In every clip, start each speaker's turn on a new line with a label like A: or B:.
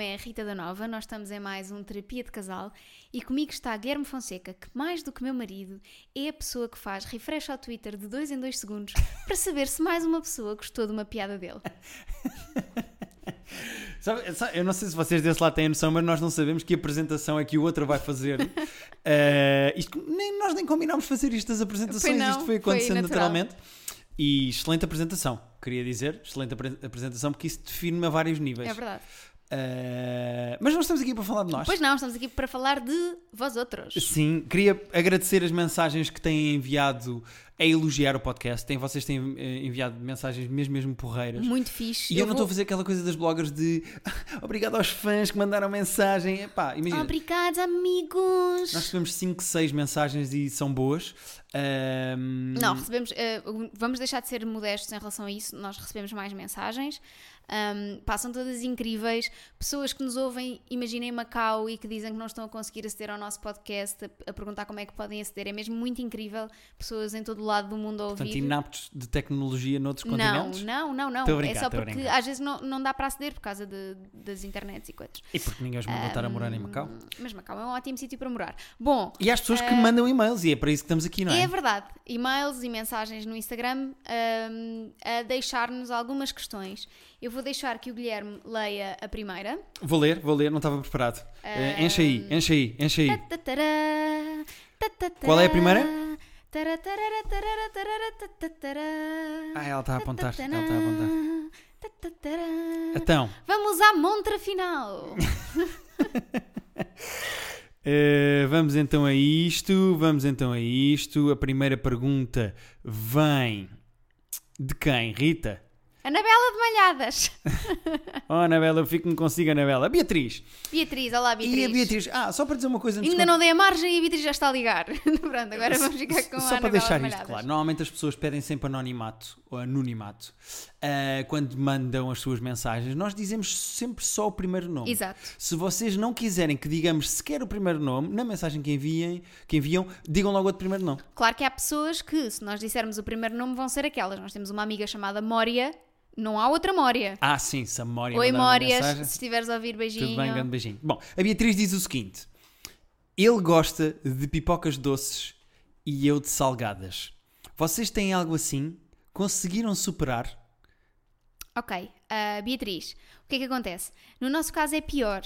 A: é Rita da Nova, nós estamos em mais um Terapia de Casal e comigo está Guilherme Fonseca, que mais do que meu marido, é a pessoa que faz refresh ao Twitter de dois em dois segundos para saber se mais uma pessoa gostou de uma piada dele.
B: Sabe- sabe- eu não sei se vocês desse lado têm noção, mas nós não sabemos que apresentação é que o outro vai fazer. Eh, isto- nem- nós nem combinámos fazer isto das apresentações,
A: Foi não,
B: isto foi
A: foi
B: acontecendo
A: natural.
B: naturalmente. E excelente apresentação, queria dizer, excelente apre- apresentação, porque isso define-me a vários níveis.
A: É verdade.
B: Eh, mas não estamos aqui para falar de nós.
A: Pois não, estamos aqui para falar de vós outros.
B: Sim, queria agradecer as mensagens que têm enviado a elogiar o podcast. Tem, vocês têm eh, enviado mensagens mesmo, mesmo porreiras.
A: Muito fixe.
B: E eu, não estou
A: vou-
B: a fazer aquela coisa das bloggers de obrigado aos fãs que mandaram mensagem. Epá, imagina,
A: Obrigada, amigos!
B: nós recebemos 5, 6 mensagens e são boas. Ahm,
A: Não, recebemos. eh, vamos deixar de ser modestos em relação a isso. Nós recebemos mais mensagens. Ahm, passam todas incríveis. Pessoas que nos ouvem, imaginem Macau e que dizem que não estão a conseguir aceder ao nosso podcast, a, a perguntar como é que podem aceder. É mesmo muito incrível. Pessoas em todo o lado do mundo a ouvir.
B: Portanto, inaptos de tecnologia noutros
A: não,
B: continentes.
A: não, não, não.
B: Tô a brincar,
A: é só
B: tô a
A: porque
B: brincar.
A: às vezes não, não dá para aceder por causa de- das internets e coisas.
B: E porque ninguém os mandou estar a morar em Macau.
A: Mas Macau é um ótimo sítio para morar. Bom,
B: E há as pessoas que mandam e-mails e é para isso que estamos aqui, não é?
A: É verdade. E-mails e mensagens no Instagram hum, a deixar-nos algumas questões. Eu vou deixar que o Guilherme leia a primeira.
B: Vou ler, vou ler, não estava preparado. Eh, enche aí, enche aí, enche aí.
A: Tatatará, tatatará,
B: Qual é a primeira?
A: taratarara, tarara, tarara, tatatará,
B: Ah, ela está a apontar,
A: tatatará,
B: ela está a apontar.
A: tatatará.
B: Então,
A: Vamos à montra final.
B: Uh, vamos então a isto, vamos então a isto. A primeira pergunta vem de quem, Rita?
A: Anabela de Malhadas.
B: Oh, Anabela, eu fico-me consigo, Anabela. Beatriz.
A: Beatriz, olá Beatriz.
B: E a Beatriz, ah, só para dizer uma coisa antes
A: Ainda
B: de-
A: não dei a margem e a Beatriz já está a ligar. Pronto, agora vamos ficar com a
B: Só para
A: Anabela
B: deixar
A: de
B: isto
A: Malhadas.
B: claro, normalmente as pessoas pedem sempre anonimato ou anonimato uh, quando mandam as suas mensagens. Nós dizemos sempre só o primeiro nome.
A: Exato.
B: Se vocês não quiserem que digamos sequer o primeiro nome, na mensagem que, enviem, que enviam, digam logo o primeiro nome.
A: Claro que há pessoas que, se nós dissermos o primeiro nome, vão ser aquelas. Nós temos uma amiga chamada Mória, não há outra Mória.
B: Ah, sim, se a memória
A: Oi,
B: mandar uma
A: Mórias,
B: mensagem-
A: se estiveres a ouvir, beijinho.
B: Tudo bem, grande beijinho. Bom, a Beatriz diz o seguinte: ele gosta de pipocas doces e eu de salgadas. Vocês têm algo assim? Conseguiram superar?
A: Ok, ah, Beatriz, o que é que acontece? No nosso caso é pior.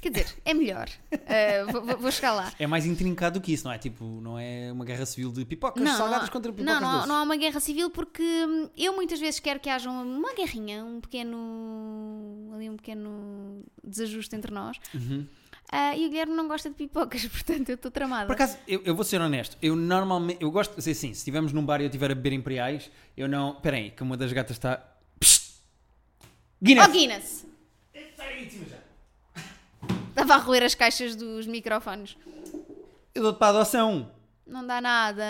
A: Quer dizer, é melhor. Ah, vou- vou, vou chegar lá.
B: É mais intrincado do que isso, não é? Tipo, não é uma guerra civil de pipocas salgadas contra
A: não,
B: pipocas
A: não,
B: doces.
A: não há uma guerra civil porque hum, eu muitas vezes quero que haja uma guerrinha, um pequeno ali um pequeno desajuste entre nós.
B: Uhum.
A: Ah, e o Guilherme não gosta de pipocas, portanto eu estou tramada.
B: Por acaso, eu, eu vou ser honesto, eu normalmente, eu gosto, sei sim, se estivermos num bar e eu estiver a beber imperiais, eu não. Espera aí, que uma das gatas está. Psst! Guinness!
A: Oh, Guinness!
B: Sai aí de cima já.
A: Estava a roer as caixas dos microfones.
B: Eu dou-te para a adoção!
A: Não dá nada.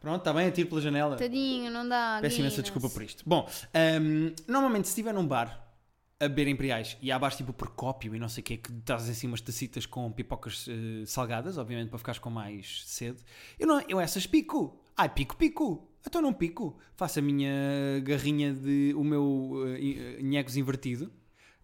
B: Pronto, está bem, atiro pela janela.
A: Tadinho, não dá.
B: Peço imensa
A: Guinness.
B: desculpa por isto. Bom, hum, normalmente se estiver num bar a beber imperiais e há bares tipo Procópio e não sei o que, que trazem assim umas tacitas com pipocas eh, salgadas, obviamente para ficares com mais sede, eu, não, eu essas pico. Ai, pico, pico. Então não pico. Faço a minha garrinha de... o meu eh, eh, nhecos invertido.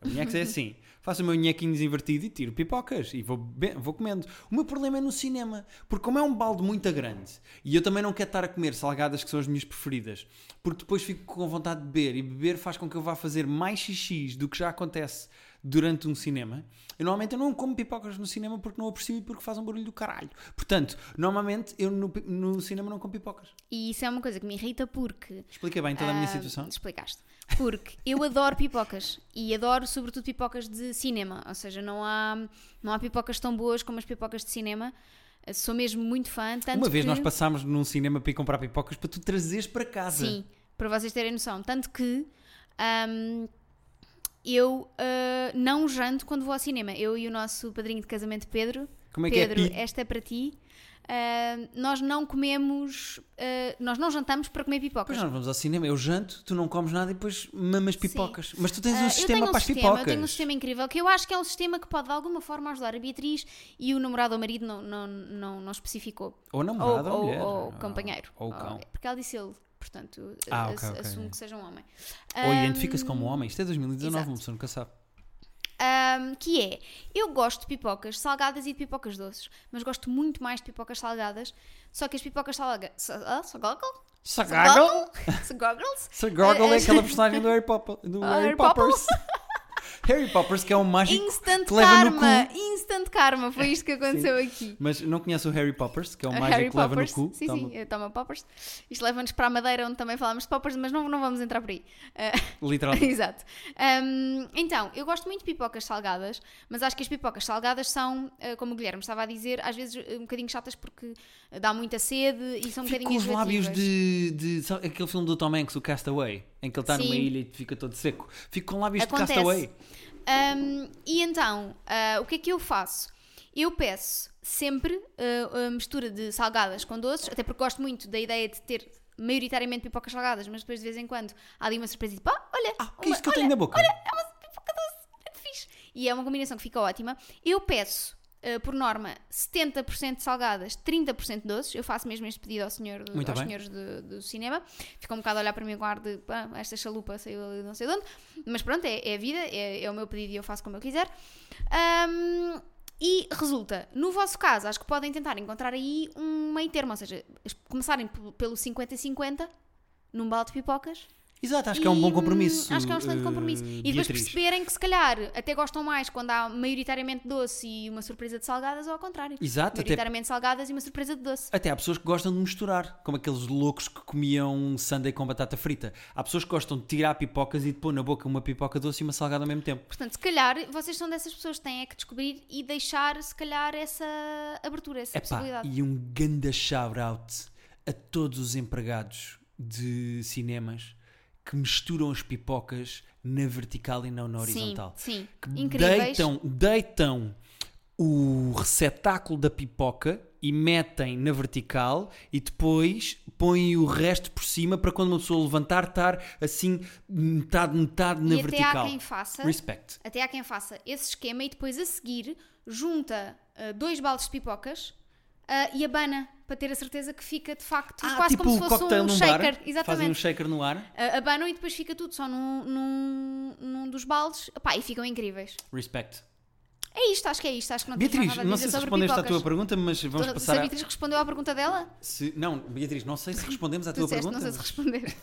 B: A Nhecos é assim. Faço o meu nhequinhos invertido e tiro pipocas e vou, be- vou comendo. O meu problema é no cinema, porque como é um balde muito grande e eu também não quero estar a comer salgadas que são as minhas preferidas, porque depois fico com vontade de beber e beber faz com que eu vá fazer mais xixis do que já acontece durante um cinema. Eu normalmente eu não como pipocas no cinema porque não aprecio e porque faz um barulho do caralho. Portanto, normalmente eu no, pi- no cinema não como pipocas.
A: E isso é uma coisa que me irrita porque.
B: Explica bem toda a minha
A: ah,
B: situação.
A: Explicaste. Porque eu adoro pipocas e adoro sobretudo pipocas de cinema. Ou seja, não há, não há pipocas tão boas como as pipocas de cinema. Eu Sou mesmo muito fã. Tanto
B: Uma vez
A: que,
B: nós é. passámos num cinema para ir comprar pipocas para tu trazeres para casa.
A: Sim, para vocês terem noção. Tanto que ahm, eu ah, não janto quando vou ao cinema. Eu e o nosso padrinho de casamento, Pedro.
B: Como é que é?
A: Pedro,
B: Pi-
A: esta é para ti. Ahm, nós não comemos, ah, nós não jantamos para comer pipocas. Ah,
B: Pois nós vamos ao cinema, eu janto, tu não comes nada e depois mamas pipocas. Mas tu tens
A: Ah,
B: um
A: eu
B: sistema
A: tenho um
B: para as
A: sistema,
B: pipocas.
A: Eu tenho um sistema incrível que eu acho que é um sistema que pode de alguma forma ajudar a Beatriz e o namorado ou marido não, não, não, não especificou.
B: Ou namorado ou,
A: ou,
B: mulher. Ah,
A: ou companheiro. Ah,
B: Ou, cão.
A: Porque ela disse ele, portanto, eu
B: Ah,
A: ass-
B: ok, ok.
A: assumo que seja um homem.
B: Ou
A: Ahm,
B: identifica-se como homem. Isto é 2019,
A: exato.
B: uma pessoa nunca sabe.
A: Ahm, que é, eu gosto de pipocas salgadas e de pipocas doces, mas gosto muito mais de pipocas salgadas, só que as pipocas ah, salgadas...
B: Sagaggle?
A: Goggles?
B: Sagaggle é
A: As-
B: aquela personagem do Harry, Potter, do
A: Ah, Harry
B: Harry Poppers. Harry Poppers, que é um mágico
A: Instant
B: que leva no
A: karma! Instant karma! Foi isto que aconteceu aqui.
B: Mas não conhece o Harry Poppers, que é um
A: A
B: mágico
A: Harry
B: que leva
A: Poppers.
B: no cu.
A: Sim,
B: Toma-
A: sim, eh, toma poppers. Isto leva-nos para a Madeira, onde também falámos de poppers, mas não, não vamos entrar por aí. Eh,
B: Literalmente.
A: Exato. Hum, então, eu gosto muito de pipocas salgadas, mas acho que as pipocas salgadas são, eh, como o Guilherme estava a dizer, às vezes eh, um bocadinho chatas porque eh, dá muita sede e são um
B: Fico
A: bocadinho
B: com os lábios
A: enjoativas.
B: de, de- sabe aquele filme do Tom Hanks, o Castaway, em que ele está numa
A: Sim.
B: ilha e fica todo seco. Fico com lábios
A: Acontece.
B: de Castaway.
A: Hum, e então, ah, o que é que eu faço? Eu peço sempre ah, a mistura de salgadas com doces, até porque gosto muito da ideia de ter maioritariamente pipocas salgadas, mas depois de vez em quando há ali uma surpresa de pá, olha,
B: Ah, o que é
A: uma-
B: isto que eu
A: olha,
B: tenho na boca?
A: é uma pipoca doce, é fixe. E é uma combinação que fica ótima. Eu peço, eh, por norma, 70% salgadas, 30% doces. Eu faço mesmo este pedido ao senhor do-
B: Muito
A: aos
B: bem.
A: senhores do, do cinema. Ficam um bocado a olhar para mim com ar de pá, esta chalupa saiu ali de não sei de onde. Mas pronto, é, é a vida, é, é o meu pedido e eu faço como eu quiser. Ahm, e resulta, no vosso caso, acho que podem tentar encontrar aí um meio termo, ou seja, es- começarem p- pelo 50-50 num balde de pipocas
B: Exato, acho que é um bom
A: e, hum,
B: compromisso.
A: Acho que é um excelente
B: eh,
A: compromisso. E depois
B: Beatriz.
A: perceberem que se calhar até gostam mais quando há maioritariamente doce e uma surpresa de salgadas ou ao contrário.
B: Exato, até,
A: Maioritariamente salgadas e uma surpresa de doce.
B: até há pessoas que gostam de misturar, como aqueles loucos que comiam um sundae com batata frita. Há pessoas que gostam de tirar pipocas e de pôr na boca uma pipoca doce e uma salgada ao mesmo tempo.
A: Portanto, se calhar vocês são dessas pessoas que têm é que descobrir e deixar se calhar essa abertura, essa
B: Epá,
A: possibilidade.
B: e um ganda shout-out a todos os empregados de cinemas que misturam as pipocas na vertical e não na
A: sim,
B: horizontal.
A: sim.
B: Que
A: Incríveis.
B: deitam, deitam o receptáculo da pipoca e metem na vertical e depois põem o resto por cima para quando uma pessoa levantar estar assim metade, metade na
A: e até há
B: vertical.
A: quem faça.
B: Respect.
A: Até há quem faça esse esquema e depois a seguir junta ah, dois baldes de pipocas ah, e abana para ter a certeza que fica de facto
B: Ah,
A: quase
B: tipo
A: como se
B: o
A: fosse
B: cocktail
A: um
B: num
A: shaker.
B: bar, fazem um
A: Exatamente.
B: shaker no ar.
A: Ah, abanam e depois fica tudo só num, num, num dos baldes Epá, e ficam incríveis.
B: Respect.
A: É isto, acho que é isto. Acho que não temos mais
B: Beatriz,
A: nada a
B: não
A: dizer
B: sei se
A: sobre
B: respondeste à
A: pipocas.
B: tua pergunta, mas vamos
A: Dona- se
B: passar
A: a
B: a...
A: Beatriz respondeu à pergunta dela,
B: se- Não, Beatriz, não sei se respondemos à
A: tu
B: tua
A: disseste,
B: pergunta.
A: não sei se responder.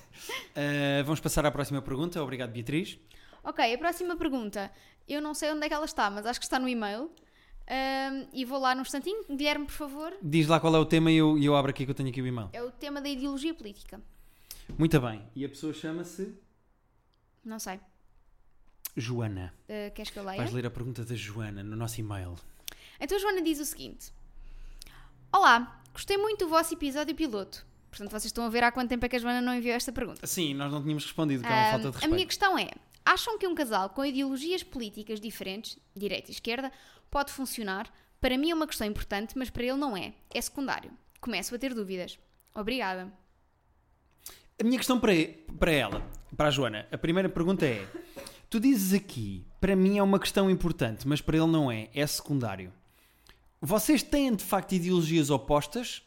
B: Ah, vamos passar à próxima pergunta. Obrigado, Beatriz.
A: Ok, a próxima pergunta. Eu não sei onde é que ela está, mas acho que está no e-mail. Ahm, e vou lá num instantinho. Guilherme, por favor.
B: Diz lá qual é o tema e eu, e eu abro aqui que eu tenho aqui o e-mail.
A: É o tema da ideologia política.
B: Muito bem. E a pessoa chama-se
A: Não sei.
B: Joana.
A: Uh, queres que eu leia?
B: Vais ler a pergunta da Joana no nosso e-mail.
A: Então a Joana diz o seguinte: Olá, gostei muito do vosso episódio piloto. Portanto, vocês estão a ver há quanto tempo é que a Joana não enviou esta pergunta.
B: Sim, nós não tínhamos respondido, que é uma
A: Ahm,
B: falta de
A: Ah, a minha
B: respeito.
A: questão é: acham que um casal com ideologias políticas diferentes, direita e esquerda, pode funcionar? Para mim é uma questão importante, mas para ele não é. É secundário. Começo a ter dúvidas. Obrigada.
B: A minha questão para, para ela, para a Joana, a primeira pergunta é: Tu dizes aqui, para mim é uma questão importante, mas para ele não é, é secundário. Vocês têm de facto ideologias opostas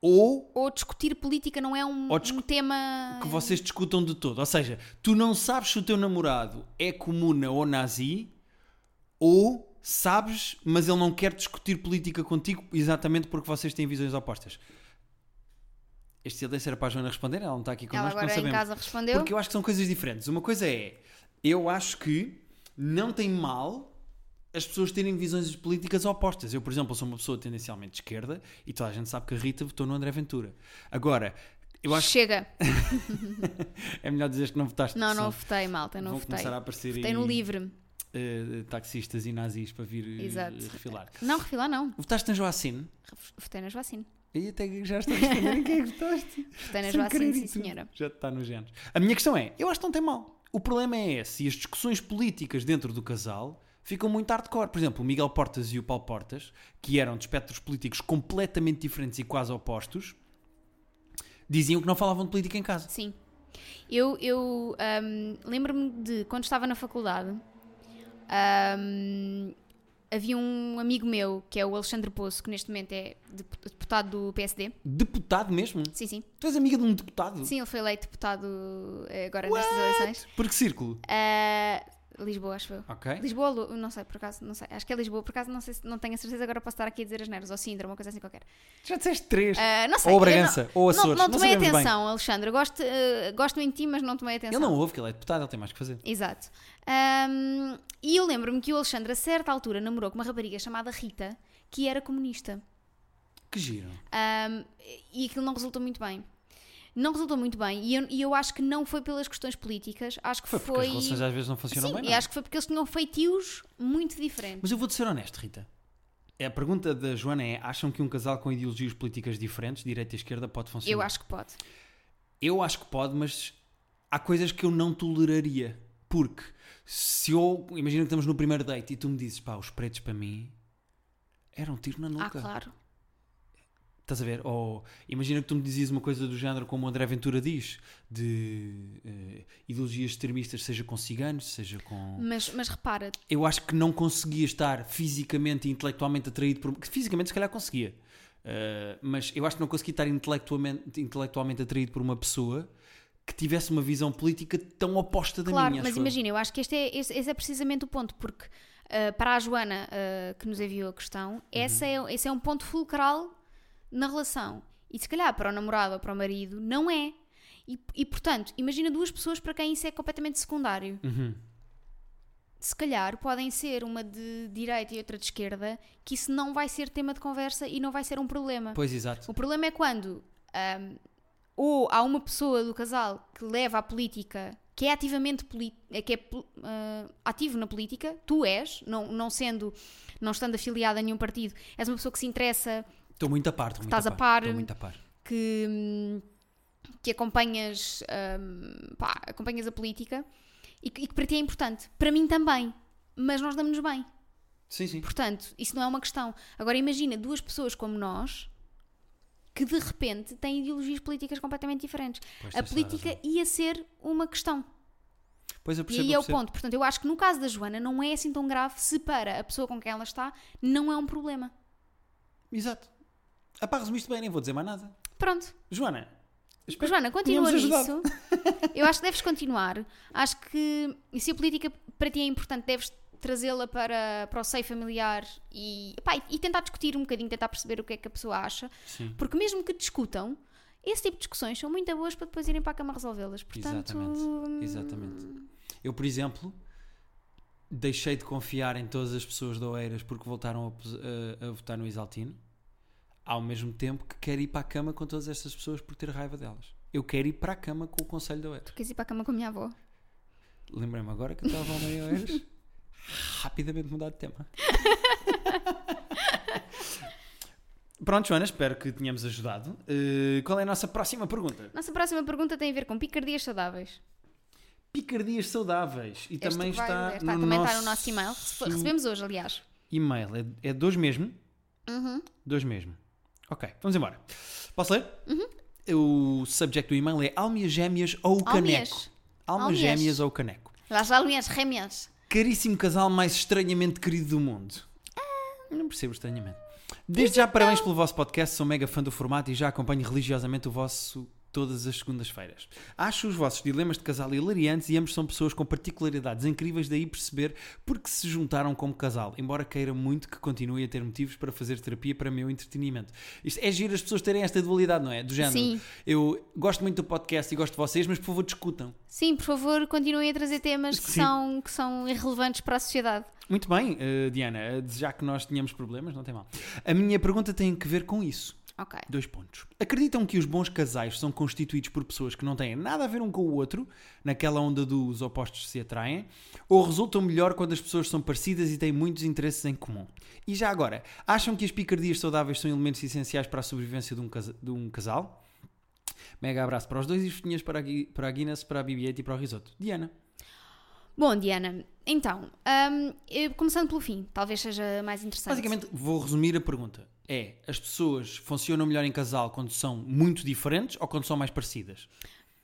B: ou
A: Ou discutir política não é um,
B: Ou discu-
A: um tema.
B: que vocês discutam de todo. Ou seja, tu não sabes se o teu namorado é comuna ou nazi, ou sabes, mas ele não quer discutir política contigo exatamente porque vocês têm visões opostas. Este silêncio era para a Joana responder, ela não está aqui
A: Ela
B: connosco, não
A: agora é em
B: sabemos.
A: casa respondeu.
B: Porque eu acho que são coisas diferentes. Uma coisa é, eu acho que não tem mal as pessoas terem visões políticas opostas. Eu, por exemplo, sou uma pessoa tendencialmente de esquerda e toda a gente sabe que a Rita votou no André Ventura. Agora, eu acho
A: Chega.
B: é melhor dizer que não votaste.
A: Não,
B: senão
A: não votei, malta, não
B: vão
A: votei.
B: começar a aparecer
A: Votei
B: aí,
A: no livre.
B: eh, taxistas e nazis para vir eh,
A: Exato.
B: refilar.
A: Não, refilar não.
B: Votaste na Joacine?
A: Votei nas vacinas.
B: E até que já estou a responder em quem é que votaste.
A: Votei nas
B: Sem querer
A: vacinas,
B: e
A: sim
B: tudo.
A: senhora.
B: Já está nos géneros. A minha questão é, eu acho que não tem mal. O problema é esse. E as discussões políticas dentro do casal ficam muito hardcore. Por exemplo, o Miguel Portas e o Paulo Portas, que eram de espectros políticos completamente diferentes e quase opostos, diziam que não falavam de política em casa.
A: Sim. Eu, eu ahm, lembro-me de quando estava na faculdade, ahm, havia um amigo meu, que é o Alexandre Poço, que neste momento é dep- deputado do PSD.
B: Deputado mesmo?
A: Sim, sim.
B: Tu és amiga de um deputado?
A: Sim, ele foi eleito deputado eh, agora nestas eleições.
B: Por que círculo?
A: Ah, Lisboa, acho eu.
B: Ok?
A: Lisboa, ou Lu- não sei, por acaso, não sei. Acho que é Lisboa, por acaso, não sei, se- não tenho a certeza, agora posso estar aqui a dizer as neiras, ou Sintra, uma coisa assim qualquer.
B: Já disseste três.
A: Ah, não sei.
B: Ou
A: eu
B: Bragança,
A: não,
B: ou Açores,
A: Não, não
B: não
A: tomei
B: sabemos bem.
A: atenção, Alexandre. Gosto, eh, gosto em ti, mas não tomei atenção.
B: ele não ouve, que ele é deputado, ele tem mais que fazer.
A: Exato. Ahm, e eu lembro-me que o Alexandre, a certa altura, namorou com uma rapariga chamada Rita, que era comunista.
B: Que giro.
A: Ah, Ahm, e aquilo não resultou muito bem. Não resultou muito bem. E eu, e eu acho que não foi pelas questões políticas. Acho que
B: Foi
A: foi.
B: porque as relações às vezes não funcionam
A: Sim,
B: bem.
A: e
B: não. é?
A: acho que foi porque eles tinham feitios muito diferentes.
B: Mas eu vou ser honesto, Rita. A pergunta da Joana é: acham que um casal com ideologias políticas diferentes, direita e esquerda, pode funcionar?
A: eu acho que pode.
B: Eu acho que pode, mas há coisas que eu não toleraria. Porque se eu. Imagina que estamos no primeiro date e tu me dizes, pá, os pretos para mim eram um tiro na nuca.
A: Ah, claro.
B: Estás a ver? Ou imagina que tu me dizias uma coisa do género como o André Ventura diz, de eh, ideologias extremistas, seja com ciganos, seja com.
A: Mas, mas repara,
B: Eu acho que não conseguia estar fisicamente e intelectualmente atraído por. que Fisicamente, se calhar, conseguia. Eh, mas eu acho que não conseguia estar intelectualmente, intelectualmente atraído por uma pessoa que tivesse uma visão política tão oposta da
A: claro,
B: minha.
A: mas
B: acho eu.
A: imagina, eu acho que este é, esse, esse é precisamente o ponto, porque ah, para a Joana ah, que nos enviou a questão, essa
B: Uhum.
A: é, esse é um ponto fulcral na relação. E se calhar para o namorado ou para o marido, não é. E, e, portanto, imagina duas pessoas para quem isso é completamente secundário.
B: Uhum.
A: Se calhar podem ser uma de direita e outra de esquerda, que isso não vai ser tema de conversa e não vai ser um problema.
B: Pois, exato.
A: O problema é quando ahm, ou há uma pessoa do casal que leva a política, que é ativamente poli- eh, que é pol- ah, ativo na política, tu és, não, não sendo, não estando afiliada a nenhum partido, és uma pessoa que se interessa,
B: Estou muito a par. Estou muito
A: Estás a
B: a
A: par.
B: par. Estou muito a par.
A: que, hum, que acompanhas, ahm, pá, acompanhas a política e que, e que para ti é importante. Para mim também, mas nós damos-nos bem.
B: Sim, sim.
A: Portanto, isso não é uma questão. Agora imagina duas pessoas como nós que de repente têm ideologias políticas completamente diferentes.
B: Pois,
A: a
B: tens toda a
A: política ia ser uma questão.
B: Pois eu
A: E
B: percebo,
A: aí
B: eu
A: é o
B: percebo.
A: ponto. Portanto, eu acho que no caso da Joana não é assim tão grave se para a pessoa com quem ela está não é um problema.
B: Exato. Ah, pá, resumiste bem, nem vou dizer mais nada.
A: Pronto.
B: Joana, espero
A: Joana, continua
B: tínhamos
A: nisso. Eu acho que deves continuar. Acho que e se a política para ti é importante, deves trazê-la para, para o seio familiar e, pá, e- e tentar discutir um bocadinho, tentar perceber o que é que a pessoa acha.
B: Sim.
A: Porque mesmo que discutam, esse tipo de discussões são muito boas para depois irem para a cama resolvê-las. Portanto, hum,
B: Exatamente, exatamente. Eu, por exemplo, deixei de confiar em todas as pessoas de Oeiras porque voltaram a pos- a, a votar no Exaltino, ao mesmo tempo que quero ir para a cama com todas estas pessoas por ter raiva delas. Eu quero ir para a cama com o Conselho de Oeiras.
A: queres ir para a cama com a minha avó?
B: Lembrei-me agora que eu estava a em Oeiras. Rapidamente mudar de tema. Pronto, Joana, espero que tenhamos ajudado. Eh, qual é a nossa próxima pergunta?
A: Nossa próxima pergunta tem a ver com picardias saudáveis.
B: Picardias saudáveis. E
A: Este
B: também
A: que vai
B: está,
A: ler,
B: no
A: também
B: nosso...
A: está no nosso e-mail. Rece- Recebemos hoje, aliás.
B: E-mail. É, é dois mesmo?
A: Uhum.
B: Dois mesmo. Ok, vamos embora. Posso ler?
A: Uhum.
B: O subject do e-mail é Almias Gêmeas ou o
A: Almias.
B: Caneco. Almas
A: Almias.
B: Gêmeas ou o Caneco.
A: Lá já minhas rémias.
B: Caríssimo casal mais estranhamente querido do mundo. Não percebo estranhamente. Desde já, parabéns pelo vosso podcast. Sou mega fã do formato e já acompanho religiosamente o vosso todas as segundas-feiras. Acho os vossos dilemas de casal hilariantes e ambos são pessoas com particularidades incríveis, daí perceber porque se juntaram como casal, embora queira muito que continue a ter motivos para fazer terapia para meu entretenimento. Isto é giro as pessoas terem esta dualidade, não é? Do género.
A: Sim.
B: Eu gosto muito do podcast e gosto de vocês, mas por favor discutam.
A: Sim, por favor, continuem a trazer temas que
B: Sim.
A: são, que são irrelevantes para a sociedade.
B: Muito bem, eh, Diana, eh, já que nós tínhamos problemas, não tem mal. A minha pergunta tem que ver com isso.
A: Ok.
B: Dois pontos. Acreditam que os bons casais são constituídos por pessoas que não têm nada a ver um com o outro, naquela onda dos opostos se atraem, ou resultam melhor quando as pessoas são parecidas e têm muitos interesses em comum? E já agora, acham que as picardias saudáveis são elementos essenciais para a sobrevivência de um, casa- de um casal? Mega abraço para os dois e festinhas para a, Gui- para a Guinness, para a Bibiette e para o risoto. Diana.
A: Bom, Diana, então, hum, eh, começando pelo fim, talvez seja mais interessante.
B: Basicamente, vou resumir a pergunta. É, as pessoas funcionam melhor em casal quando são muito diferentes ou quando são mais parecidas?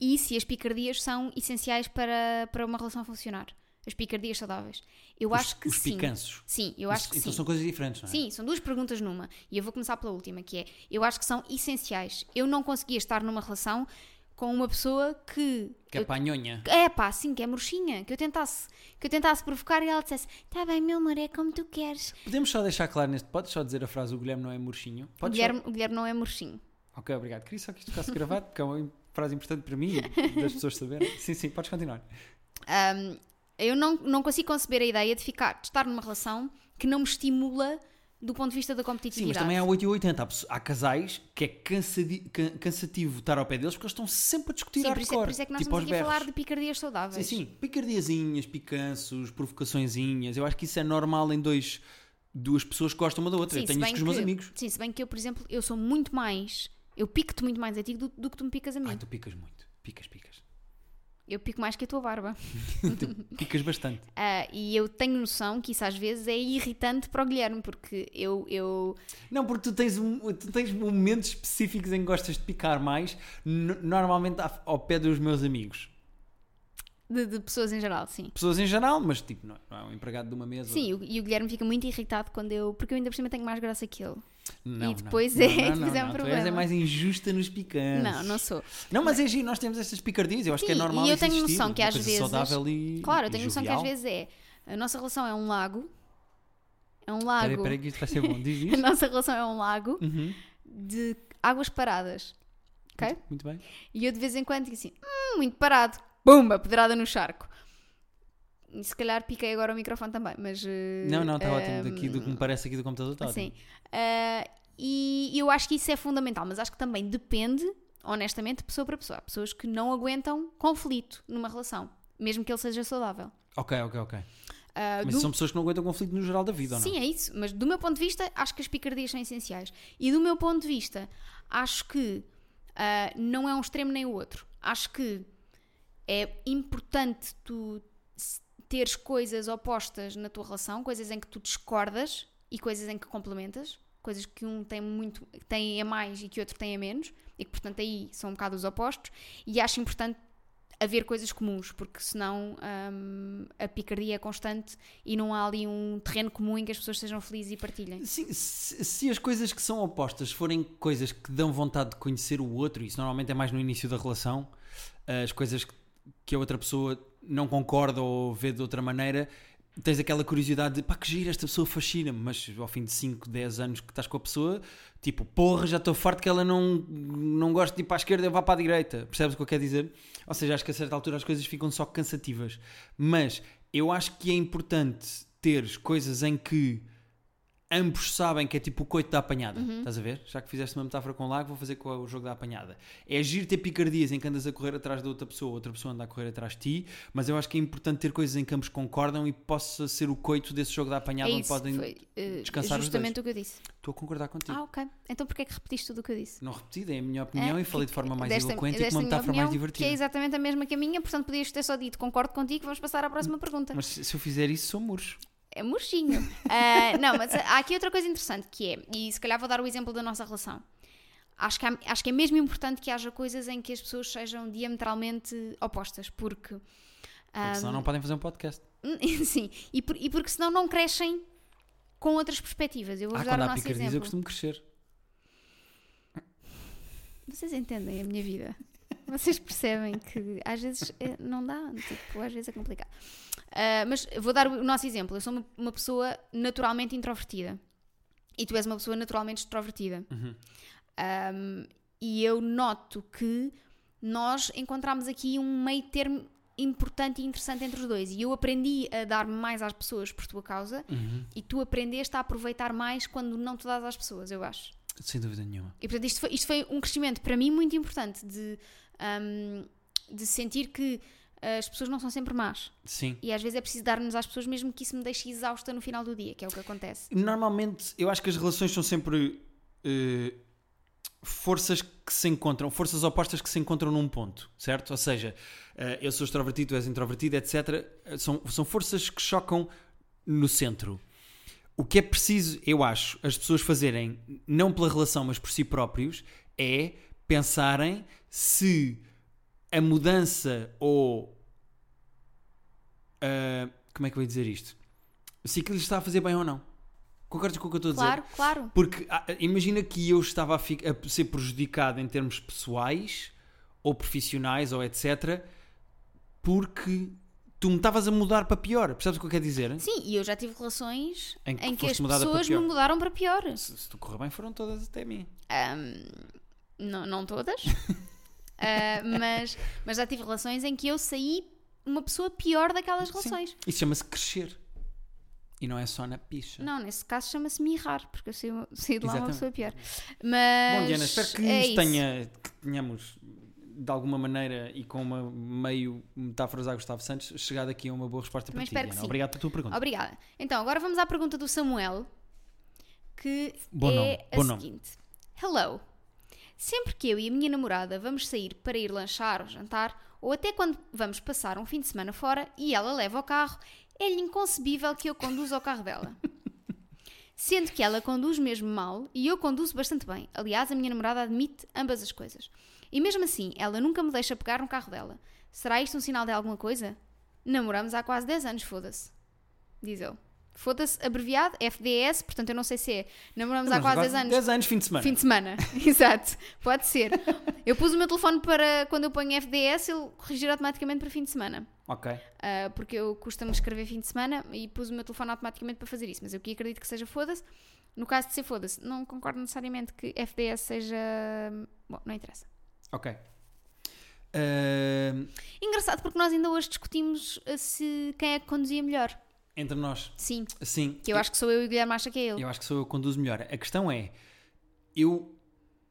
A: e se as picardias são essenciais para, para uma relação funcionar. As picardias saudáveis. Eu
B: Os-
A: acho que
B: os
A: sim.
B: picanços.
A: Sim, eu acho que
B: então
A: sim.
B: são coisas diferentes, não é?
A: Sim, são duas perguntas numa. E eu vou começar pela última, que é: eu acho que são essenciais. Eu não conseguia estar numa relação com uma pessoa que.
B: Que é para a nhonha.
A: É pá, sim, que é murchinha, que eu tentasse, que eu tentasse provocar e ela dissesse: tá bem, meu amor, é como tu queres.
B: Podemos só deixar claro neste. Podes só dizer a frase: o Guilherme não é murchinho?
A: O
B: Podes só-
A: Guilherme, o Guilherme não é murchinho.
B: Ok, obrigado. Queria só que isto ficasse gravado, porque é uma frase importante para mim e das pessoas saberem. Sim, sim, podes continuar.
A: Ahm, eu não, não consigo conceber a ideia de ficar, de estar numa relação que não me estimula do ponto de vista da competitividade.
B: Sim, mas também há 8 e 80. Há, pesso- há casais que é cansadi- can- cansativo estar ao pé deles porque eles estão sempre a discutir
A: Sim, por isso, é,
B: hardcore.
A: por isso é que nós
B: tipo
A: estamos
B: aos
A: aqui a falar
B: berros.
A: de picardias saudáveis.
B: Sim, sim. Picardiazinhas, picanços, provocações. Eu acho que isso é normal em dois, duas pessoas que gostam uma da outra.
A: Sim,
B: eu
A: se
B: tenho isso
A: bem
B: com os meus
A: que-
B: amigos.
A: Sim, se bem que eu, por exemplo, eu sou muito mais. Eu pico-te muito mais a ti do, do que tu me picas a mim.
B: Ai, tu picas muito. Picas, picas.
A: Eu pico mais que a tua barba.
B: Tu picas bastante.
A: Ah, e eu tenho noção que isso às vezes é irritante para o Guilherme, porque eu. eu
B: Não, porque tu tens, um- tu tens momentos específicos em que gostas de picar mais, no- normalmente à- ao pé dos meus amigos.
A: de, de pessoas em geral, sim.
B: Pessoas em geral, mas tipo, não é, não é um empregado de uma mesa.
A: Sim, o- e o Guilherme fica muito irritado quando eu. Porque eu ainda por cima tenho mais graça que ele.
B: não,
A: e depois é que depois é um
B: Tu és
A: problema.
B: é mais injusta nos picantes.
A: Não, não sou.
B: Não, mas é giro, nós temos estas picardias, eu acho que é
A: Sim,
B: normal
A: e eu
B: isso
A: tenho
B: existir,
A: noção que
B: uma
A: às
B: coisa
A: vezes-
B: saudável e
A: Claro,
B: e
A: eu tenho noção que
B: jovial.
A: às vezes é. A nossa relação é um lago. É um
B: Espera aí,
A: lago.
B: espera aí que isto vai ser bom, diz
A: A
B: isto.
A: nossa relação é um lago
B: Uhum,
A: de águas paradas. Ok?
B: Muito bem.
A: E eu de vez em quando digo assim, "Hum, muito parado. Pumba, pedrada no charco. E se calhar piquei agora o microfone também, mas. eh,
B: Não, não, está
A: eh,
B: ótimo. Daqui do que me parece aqui do computador está
A: Sim.
B: ótimo.
A: Eh, e eu acho que isso é fundamental, mas acho que também depende, honestamente, de pessoa para pessoa. Há pessoas que não aguentam conflito numa relação, mesmo que ele seja saudável.
B: Ok, ok, ok.
A: Eh,
B: Mas
A: do-
B: são pessoas que não aguentam conflito no geral da vida, ou não?
A: Sim, é isso. Mas do meu ponto de vista, acho que as picardias são essenciais. E do meu ponto de vista, acho que ah, não é um extremo nem o outro. Acho que é importante tu s- teres coisas opostas na tua relação, coisas em que tu discordas e coisas em que complementas, coisas que um tem muito tem a mais e que o outro tem a menos, e que portanto aí são um bocado os opostos, e acho importante haver coisas comuns, porque senão hum, a picardia é constante e não há ali um terreno comum em que as pessoas sejam felizes e partilhem.
B: Sim, se, se as coisas que são opostas forem coisas que dão vontade de conhecer o outro, isso normalmente é mais no início da relação, eh, as coisas que- que a outra pessoa não concorda ou vê de outra maneira, tens aquela curiosidade de pá, que giro, esta pessoa fascina-me, mas ao fim de 5, 10 anos que estás com a pessoa, tipo, porra, já estou farto que ela não, não gosta de ir para a esquerda, eu vá para a direita. Percebes o que eu quero dizer? Ou seja, acho que a certa altura as coisas ficam só cansativas. Mas eu acho que é importante teres coisas em que ambos sabem que é tipo o coito da apanhada.
A: Uhum.
B: Estás a ver? Já que fizeste uma metáfora com o lago, vou fazer com o jogo da apanhada. É giro ter picardias em que andas a correr atrás da outra pessoa, outra pessoa anda a correr atrás de ti, mas eu acho que é importante ter coisas em que ambos concordam e possa ser o coito desse jogo da apanhada
A: é
B: onde
A: isso,
B: podem.
A: foi eh,
B: descansar os
A: justamente o que eu disse.
B: Estou a concordar contigo.
A: Ah, ok. Então porquê é que repetiste tudo o que eu disse?
B: Não repetida, é a minha opinião
A: É,
B: e falei de forma mais
A: Desta-
B: eloquente e
A: desta
B: com uma
A: minha
B: metáfora mais
A: opinião,
B: divertida.
A: Que é exatamente a mesma que a minha, portanto podias ter só dito concordo contigo, vamos passar à próxima pergunta.
B: Mas se se eu fizer isso, sou murcho.
A: É murchinho. Ah, não, mas há aqui outra coisa interessante que é, e se calhar vou dar o exemplo da nossa relação. Acho que, há- acho que é mesmo importante que haja coisas em que as pessoas sejam diametralmente opostas, porque.
B: Porque senão não podem fazer um podcast.
A: ah, Sim, e, por- e porque senão não crescem com outras perspectivas. Eu vou
B: Ah,
A: vos dar
B: quando
A: o
B: há
A: nosso
B: picardias,
A: exemplo.
B: eu costumo crescer.
A: Vocês entendem a minha vida. Vocês percebem que às vezes eh, não dá, tipo, às vezes é complicado. Ah, mas vou dar o nosso exemplo. Eu sou uma, uma pessoa naturalmente introvertida e tu és uma pessoa naturalmente extrovertida. Ahm, e eu noto que nós encontramos aqui um meio termo importante e interessante entre os dois. E eu aprendi a dar mais às pessoas por tua causa e tu aprendeste a aproveitar mais quando não te dás às pessoas, eu acho.
B: Sem dúvida nenhuma.
A: E portanto, isto foi, isto foi um crescimento para mim muito importante de, hum, de sentir que eh, as pessoas não são sempre más.
B: Sim.
A: E às vezes é preciso dar-nos às pessoas, mesmo que isso me deixe exausta no final do dia, que é o que acontece.
B: Normalmente, eu acho que as relações são sempre eh, forças que se encontram, forças opostas que se encontram num ponto, certo? Ou seja, eh, eu sou extrovertido, tu és introvertido, etc. Eh, São, são forças que chocam no centro. O que é preciso, eu acho, as pessoas fazerem, não pela relação, mas por si próprios, é pensarem se a mudança ou. ah, como é que eu ia dizer isto? Se aquilo lhes está a fazer bem ou não. Concordas com o que eu estou a dizer?
A: Claro, claro.
B: Porque ah, imagina que eu estava a, fi- a ser prejudicado em termos pessoais ou profissionais ou etc. Porque tu me estavas a mudar para pior. Percebes o que eu quero dizer?
A: Sim, e eu já tive relações
B: Em
A: em
B: que
A: que,
B: foste
A: as
B: mudada para
A: pessoas me
B: pior.
A: mudaram para pior.
B: Se, se tu correr bem, foram todas até mim.
A: Não, não todas, Ah, mas, mas já tive relações em que eu saí uma pessoa pior daquelas relações.
B: Isso chama-se crescer. E não é só na picha.
A: Não, nesse caso chama-se mirrar, porque eu saí, saí de lá uma
B: Exatamente.
A: pessoa pior. Mas
B: Bom, Diana, espero que
A: é
B: isto
A: isso.
B: tenha, que tenhamos, de alguma maneira e com uma meio metáforas a Gustavo Santos, chegado aqui a uma boa resposta
A: Também
B: para ti,
A: espero que
B: Diana.
A: sim.
B: Obrigado pela tua pergunta.
A: Obrigada. Então, agora vamos à pergunta do Samuel, que
B: Bom
A: é
B: nome,
A: a
B: bom nome.
A: seguinte: Hello. Sempre que eu e a minha namorada vamos sair para ir lanchar ou jantar, ou até quando vamos passar um fim de semana fora e ela leva o carro, é-lhe inconcebível que eu conduza o carro dela. Sendo que ela conduz mesmo mal e eu conduzo bastante bem. Aliás, a minha namorada admite ambas as coisas. E mesmo assim, ela nunca me deixa pegar no carro dela. Será isto um sinal de alguma coisa? Namoramos há quase 10 anos, foda-se. Diz ele. Foda-se, abreviado, FDS, portanto eu não sei se é. Namoramos há
B: Mas
A: quase
B: agora,
A: 10 anos.
B: 10 anos, fim de semana.
A: Fim de semana, exato, pode ser. Eu pus o meu telefone para quando eu ponho FDS, ele corrigir automaticamente para fim de semana.
B: Ok.
A: Ah, porque eu custa-me escrever fim de semana e pus o meu telefone automaticamente para fazer isso. Mas eu que acredito que seja foda-se. No caso de ser foda-se, não concordo necessariamente que FDS seja. Bom, não interessa.
B: Ok. Ahm,
A: Engraçado porque nós ainda hoje discutimos ah, se quem é que conduzia melhor.
B: entre nós,
A: Sim,
B: sim.
A: que eu acho que sou eu e o Guilherme acha que é ele.
B: Eu acho que sou eu que conduzo melhor. A questão é, eu,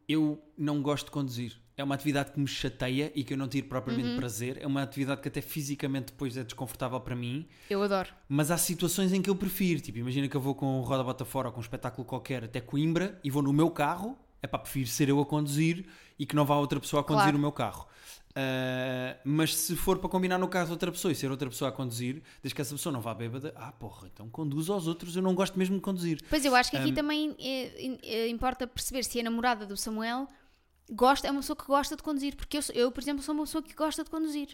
B: eu não gosto de conduzir. É uma atividade que me chateia e que eu não tiro propriamente
A: Uhum.
B: prazer. É uma atividade que até fisicamente depois é desconfortável para mim.
A: Eu adoro.
B: Mas há situações em que eu prefiro. Tipo, imagina que eu vou com o Roda Bota Fora ou com um espetáculo qualquer até Coimbra e vou no meu carro. É pá, prefiro ser eu a conduzir e que não vá outra pessoa a conduzir
A: Claro.
B: o meu carro. Ah, mas se for para combinar no carro de outra pessoa e ser outra pessoa a conduzir, desde que essa pessoa não vá bêbada, ah porra, então conduz aos outros, eu não gosto mesmo de conduzir.
A: Pois eu acho que aqui também eh, in- eh, importa perceber se a namorada do Samuel gosta, é uma pessoa que gosta de conduzir, porque eu, sou- eu, por exemplo, sou uma pessoa que gosta de conduzir.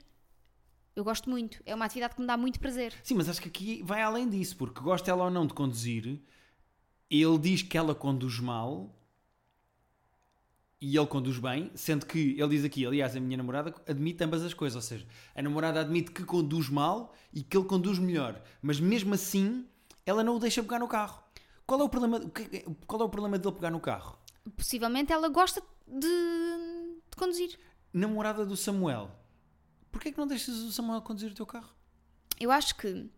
A: Eu gosto muito, é uma atividade que me dá muito prazer.
B: Sim, mas acho que aqui vai além disso, porque gosta ela ou não de conduzir, ele diz que ela conduz mal e ele conduz bem, sendo que ele diz aqui, aliás, a minha namorada admite ambas as coisas, ou seja, a namorada admite que conduz mal e que ele conduz melhor, mas mesmo assim ela não o deixa pegar no carro. Qual é o problema, o que- qual é o problema dele pegar no carro?
A: Possivelmente ela gosta de, de conduzir.
B: Namorada do Samuel, porquê é que não deixas o Samuel conduzir o teu carro?
A: Eu acho que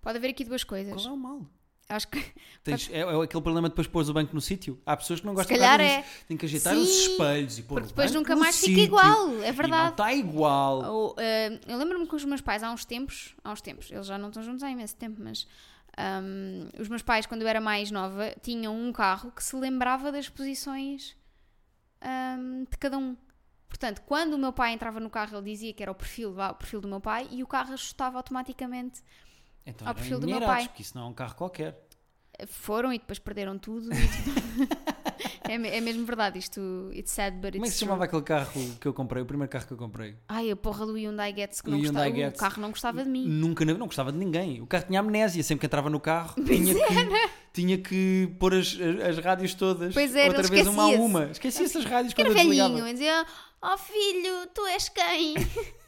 A: pode haver aqui duas
B: Qual
A: coisas.
B: é o mal?
A: Acho que
B: Tens- é, é aquele problema de depois pôres o banco no sítio. Há pessoas que não gostam
A: Se calhar
B: nada
A: é.
B: disso. Tem que ajeitar
A: Sim,
B: os espelhos e pôr
A: porque
B: o
A: depois
B: banco
A: nunca
B: no
A: mais fica
B: sítio.
A: igual, é
B: E não
A: verdade.
B: está igual.
A: Ou, eh, eu lembro-me que os meus pais há uns tempos, há uns tempos, eles já não estão juntos há imenso tempo, mas ahm, os meus pais, quando eu era mais nova, tinham um carro que se lembrava das posições ahm, de cada um. Portanto, quando o meu pai entrava no carro, ele dizia que era o perfil, vá, o perfil do meu pai e o carro ajustava automaticamente.
B: Então
A: ao
B: eram
A: perfil do meu
B: endinheirados,
A: pai.
B: porque isso não é um carro qualquer.
A: Foram e depois perderam tudo. e tudo. é, me- é mesmo verdade isto. It's sad, but it's
B: Como é que se
A: true.
B: chamava aquele carro que eu comprei? O primeiro carro que eu comprei?
A: Ai, a porra do Hyundai Getz que não
B: O Hyundai
A: gostava,
B: Getz.
A: o carro não gostava de mim.
B: Nunca não gostava de ninguém. O carro tinha amnésia. Sempre que entrava no carro, tinha que, tinha que pôr as, as, as rádios todas.
A: Pois era,
B: outra
A: ele
B: vez uma a
A: esquecia-se.
B: uma. Esquecia-se as rádios
A: Que
B: quando
A: era
B: eu desligava.
A: velhinho, e dizia: Oh filho, tu és quem?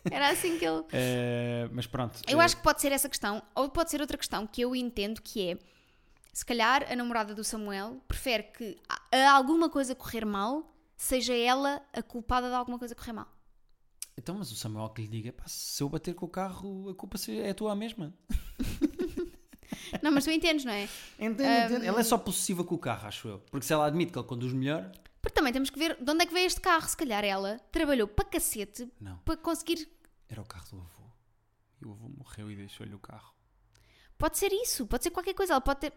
A: Era assim que ele.
B: Eh, mas pronto.
A: Eu
B: eh,
A: acho que pode ser essa questão, ou pode ser outra questão que eu entendo que é: se calhar a namorada do Samuel prefere que a a alguma coisa correr mal seja ela a culpada de alguma coisa correr mal.
B: Então, mas o Samuel que lhe diga, pá, se eu bater com o carro, a culpa se- é tua à mesma.
A: Não, mas tu entendes, não é?
B: Entendo, entendo. Ela é só possessiva com o carro, acho eu. Porque se ela admite que ele conduz melhor,
A: Porque também temos que ver de onde é que veio este carro. Se calhar ela trabalhou para cacete
B: não.
A: para conseguir.
B: Era o carro do avô. E o avô morreu e deixou-lhe o carro.
A: Pode ser isso, pode ser qualquer coisa. Ela pode ter.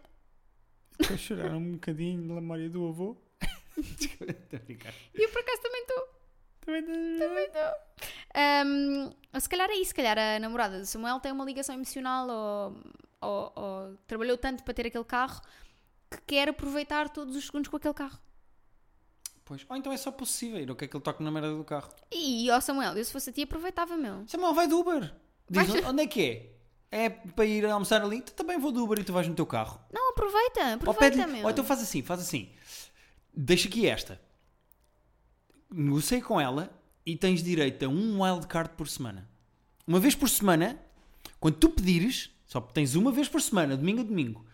B: Depois choraram um bocadinho na memória do avô.
A: E eu por acaso também estou.
B: Também tá-
A: Hum, ou se calhar é isso, se calhar a namorada do Samuel tem uma ligação emocional ou, ou- ou trabalhou tanto para ter aquele carro que quer aproveitar todos os segundos com aquele carro.
B: Pois. Ou então é só possessiva. E não quer que ele toque na merda do carro.
A: E ó Samuel, eu se fosse a ti aproveitava, meu.
B: Samuel, vai do Uber. Diz,
A: Vai-
B: onde é que é? É para ir almoçar ali? Tu também vou do Uber e tu vais no teu carro.
A: Não, aproveita,
B: Ou,
A: aproveita,
B: pede
A: meu.
B: ou então faz assim, faz assim. Deixa aqui esta. Negociei com ela e tens direito a um wildcard por semana. Uma vez por semana, quando tu pedires, só tens uma vez por semana, domingo a domingo,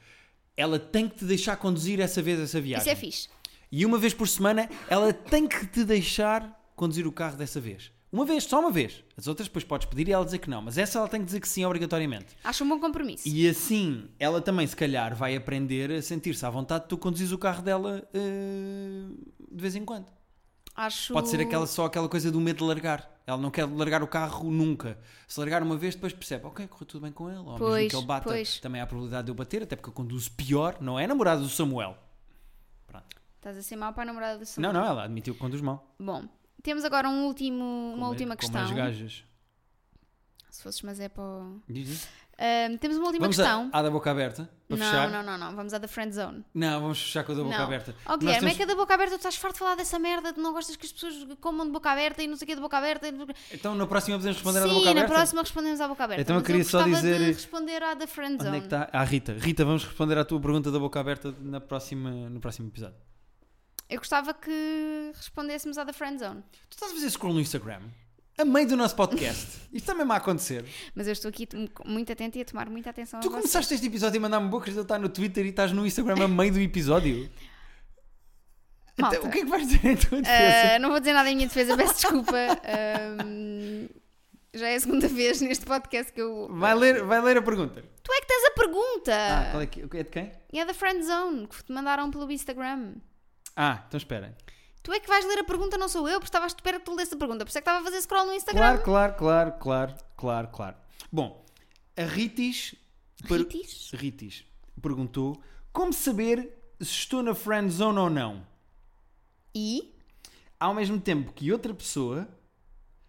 B: ela tem que te deixar conduzir essa vez essa viagem.
A: Isso é fixe.
B: E uma vez por semana ela tem que te deixar conduzir o carro dessa vez. Uma vez, só uma vez. As outras depois podes pedir e ela dizer que não, mas essa ela tem que dizer que sim obrigatoriamente.
A: Acho um bom compromisso.
B: E assim, ela também se calhar vai aprender a sentir-se à vontade de tu conduzires o carro dela eh, de vez em quando.
A: Acho...
B: Pode ser aquela, só aquela coisa do medo de largar. Ela não quer largar o carro nunca. Se largar uma vez, depois percebe, ok, correu tudo bem com ele. Ou mesmo
A: Pois,
B: que ele bata,
A: pois.
B: também há a probabilidade de eu bater, até porque eu conduzo pior. Não é namorado do Samuel. Pronto.
A: Estás a ser mau para a namorada do
B: Não,
A: Samuel.
B: não, ela admitiu que conduz mal.
A: Bom, temos agora um último, uma
B: Como- é
A: última
B: como
A: questão.
B: as gajas.
A: Se fosses, mas é para. o-
B: Diz, diz.
A: Ahm, temos uma última
B: Vamos
A: questão.
B: A, à da boca aberta, para
A: Não,
B: fechar.
A: não, não, não. Vamos à da friend zone.
B: Não, vamos fechar com a da boca
A: não.
B: aberta.
A: Oh,
B: Nós
A: Guilherme,
B: temos-
A: é que a da boca aberta tu estás farto de falar dessa merda, de não gostas que as pessoas comam de boca aberta e não sei o que de boca aberta. e não sei o quê.
B: Então na próxima podemos responder à
A: Sim,
B: da boca
A: na
B: aberta?
A: próxima respondemos à boca aberta.
B: Então eu
A: mas
B: queria só
A: gostava de
B: dizer-
A: responder à da friend
B: Onde é
A: zone.
B: que está? Ah, Rita. Rita, vamos responder à tua pergunta da boca aberta na próxima, no próximo episódio.
A: Eu gostava que respondêssemos à da friend zone.
B: Tu estás a fazer scroll no Instagram? A meio do nosso podcast. Isto também vai acontecer.
A: Mas eu estou aqui t- muito atenta e a tomar muita atenção
B: Tu
A: a vocês.
B: começaste este episódio a mandar-me bocas de eu estar no Twitter e estás no Instagram a meio do episódio.
A: Malta.
B: Então, o que é que vais dizer em tua defesa?
A: Ah, não vou dizer nada em minha defesa, peço desculpa. Ahm, já é a segunda vez neste podcast que eu.
B: Vai, ler, vai ler a pergunta.
A: Tu é que tens a pergunta!
B: Ah, qual é, que, é de quem?
A: E é da Friend Zone, que te mandaram pelo Instagram.
B: Ah, então espera.
A: Tu é que vais ler a pergunta, não sou eu, porque estavas de espera que tu lesse a pergunta. Por isso é que estava a fazer scroll no Instagram.
B: Claro, claro, claro, claro, claro, claro. Bom, a Ritis... per-
A: Ritis?
B: Ritis perguntou como saber se estou na friend zone ou não,
A: E?
B: ao mesmo tempo que outra pessoa,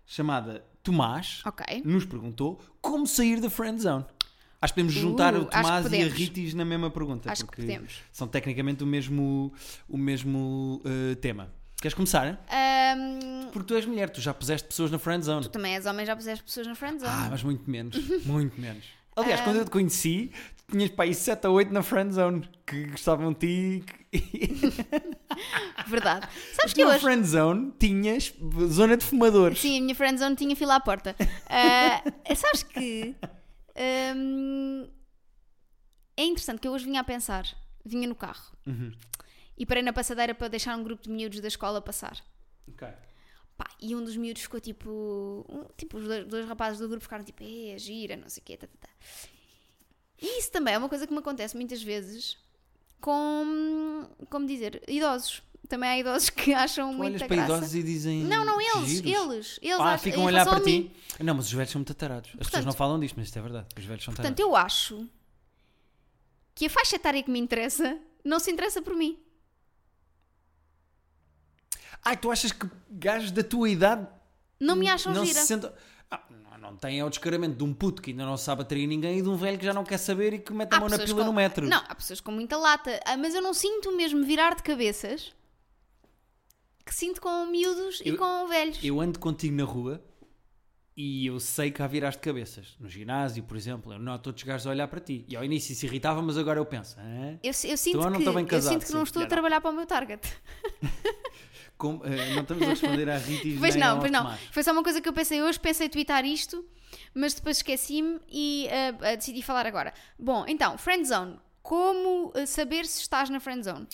B: chamada Tomás,
A: Ok.
B: nos perguntou como sair da friend zone. Acho que podemos juntar
A: Uh,
B: o
A: acho que
B: Tomás e a
A: podemos.
B: Ritis na mesma pergunta.
A: Acho que
B: porque
A: podemos.
B: São tecnicamente o mesmo, o mesmo uh, tema. Queres começar?
A: Ahm,
B: Porque tu és mulher, tu já puseste pessoas na friend zone.
A: tu também és homem, já puseste pessoas na Friend Zone.
B: Ah, mas muito menos, muito menos. Aliás, quando eu te conheci, tu tinhas para aí 7 a 8 na friend zone que gostavam de ti e que-
A: Verdade. Sabes que
B: Tu
A: eu
B: na
A: hoje.
B: friend zone tinhas zona de fumadores.
A: Sim, a minha friend zone tinha fila à porta. Ah, sabes que hum, é interessante que eu hoje vinha a pensar, vinha no carro e parei na passadeira para deixar um grupo de miúdos da escola passar. Pá, e um dos miúdos ficou tipo. um- tipo, os dois, dois rapazes do grupo ficaram tipo, é, gira, não sei o quê, tá, tá, tá. E isso também é uma coisa que me acontece muitas vezes com. como dizer, idosos. Também há idosos que acham
B: Tu olhas
A: muita
B: para
A: graça.
B: idosos e dizem.
A: Não, não,
B: "Que
A: eles,
B: giros."
A: eles, eles
B: ah,
A: acham-
B: ficam
A: em
B: a olhar
A: relação
B: para
A: a mim.
B: ti. Não, mas os velhos são muito tarados. As pessoas
A: Portanto-
B: não falam disto, mas isto é verdade. Os velhos são
A: Portanto,
B: tarados.
A: eu acho que a faixa etária que me interessa não se interessa por mim.
B: Ai, tu achas que gajos da tua idade
A: Não me acham
B: Hum, não
A: gira.
B: se sentam. Ah, não, não tem é o descaramento de um puto que ainda não sabe atrair ninguém e de um velho que já não quer saber e que mete a
A: Há
B: mão na
A: pessoas
B: pila
A: com-
B: no metro.
A: Não, há pessoas com muita lata, Ah, mas eu não sinto mesmo virar de cabeças que sinto com miúdos e
B: Eu-
A: com velhos.
B: Eu ando contigo na rua e eu sei que há viraste cabeças. No ginásio, por exemplo, eu noto outros gajos a olhar para ti. E ao início isso irritava, mas agora eu penso. "Hã?
A: Eu, eu sinto
B: Então não
A: que,
B: estou bem
A: eu
B: casado,
A: sinto que não
B: sim,
A: estou a
B: já não.
A: trabalhar para o meu target.
B: Como- eh, não estamos a responder à Rita
A: Pois
B: nem
A: não,
B: ao
A: pois não.
B: Tomás.
A: Foi só uma coisa que eu pensei hoje, pensei twittar isto, mas depois esqueci-me e ah, ah, decidi falar agora. Bom, então, friendzone. Como ah, saber se estás na friendzone?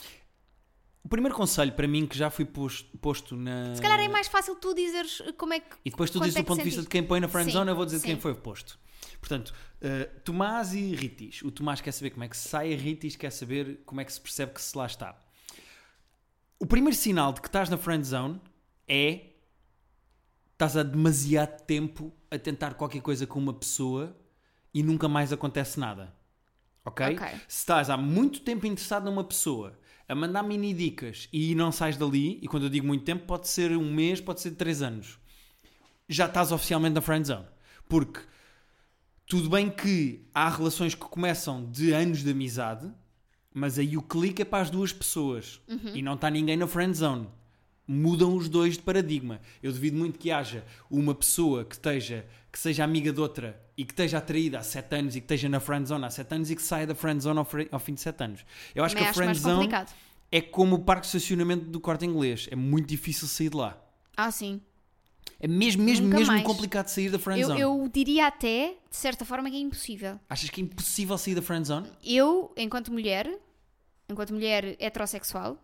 B: O primeiro conselho para mim que já fui pos- posto na.
A: Se calhar é mais fácil tu dizeres como é que.
B: Ah. E depois tu
A: quanto
B: dizes
A: é
B: do
A: que
B: ponto de vista de
A: sentiste.
B: quem põe na friend
A: Sim,
B: zone, eu vou dizer de quem
A: sim.
B: foi posto. Portanto, eh, Tomás e Ritis. O Tomás quer saber como é que se sai, a Ritis quer saber como é que se percebe que se lá está. O primeiro sinal de que estás na friend zone é estás há demasiado tempo a tentar qualquer coisa com uma pessoa e nunca mais acontece nada. Ok?
A: Ok.
B: Se estás há muito tempo interessado numa pessoa a mandar mini dicas e não sais dali, e quando eu digo muito tempo, pode ser um mês, pode ser três anos, já estás oficialmente na friend zone. Porque tudo bem que há relações que começam de anos de amizade, mas aí o clique é para as duas pessoas
A: Uhum.
B: e não está ninguém na friend zone. Mudam os dois de paradigma. Eu duvido muito que haja uma pessoa que esteja que seja amiga de outra e que esteja atraída há 7 anos e que esteja na friend zone há 7 anos e que saia da friend zone ao, fri- ao fim de 7 anos. Eu acho
A: Também
B: que a
A: acho mais
B: friend zone
A: complicado.
B: é como o parque de estacionamento do corte inglês, é muito difícil sair de lá.
A: Ah, sim.
B: É mesmo, mesmo,
A: Nunca
B: mesmo
A: mais.
B: complicado sair da friend
A: Eu,
B: zone.
A: eu diria até, de certa forma, que é impossível.
B: Achas que é impossível sair da friend zone?
A: Eu, enquanto mulher, enquanto mulher heterossexual,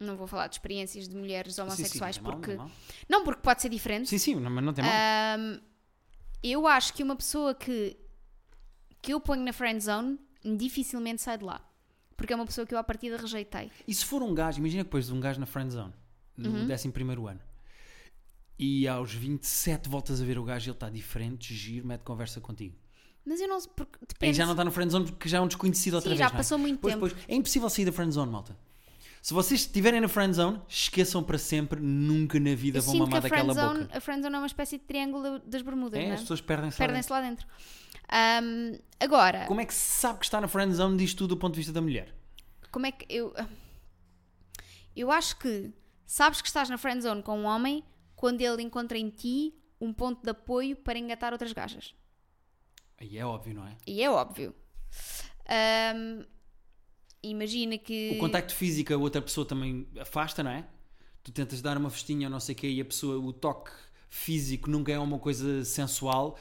A: não vou falar de experiências de mulheres homossexuais
B: sim, sim, não é mal,
A: porque. Ah.
B: não é mal.
A: não, porque pode ser diferente.
B: Sim, sim, não- mas não tem mal.
A: Ahm, eu acho que uma pessoa que, que eu ponho na friend zone dificilmente sai de lá. Porque é uma pessoa que eu à partida rejeitei.
B: E se for um gajo, imagina que depois um gajo na friend zone, no
A: Uhum.
B: 11 primeiro ano, e aos 27 voltas a ver o gajo, ele está diferente, giro, mete conversa contigo.
A: Mas eu não sei. Porque
B: Aí
A: depende.
B: já não está no friend zone porque já é um desconhecido outra
A: Sim,
B: vez.
A: já
B: não é?
A: passou muito
B: Pois,
A: tempo.
B: pois, é impossível sair da friend zone, malta. Se vocês estiverem na friend zone, esqueçam para sempre, nunca na vida
A: Eu
B: vão
A: sinto que
B: mamar
A: a
B: daquela
A: friendzone,
B: boca.
A: a friendzone é uma espécie de triângulo das Bermudas,
B: É,
A: não é?
B: as pessoas perdem-se. lá dentro.
A: Perdem-se lá dentro. Ahm, agora, como...
B: Como é que se sabe que está na friend zone diz tudo do ponto de vista da mulher?
A: é que eu. Eu acho que sabes que estás na friendzone com um homem quando ele encontra em ti um ponto de apoio para engatar outras gajas.
B: Aí é óbvio, não é?
A: E é óbvio. Ahm, imagina que.
B: O contacto físico a outra pessoa também afasta, não é? Tu tentas dar uma festinha ou não sei o quê e a pessoa, o toque físico nunca é uma coisa sensual.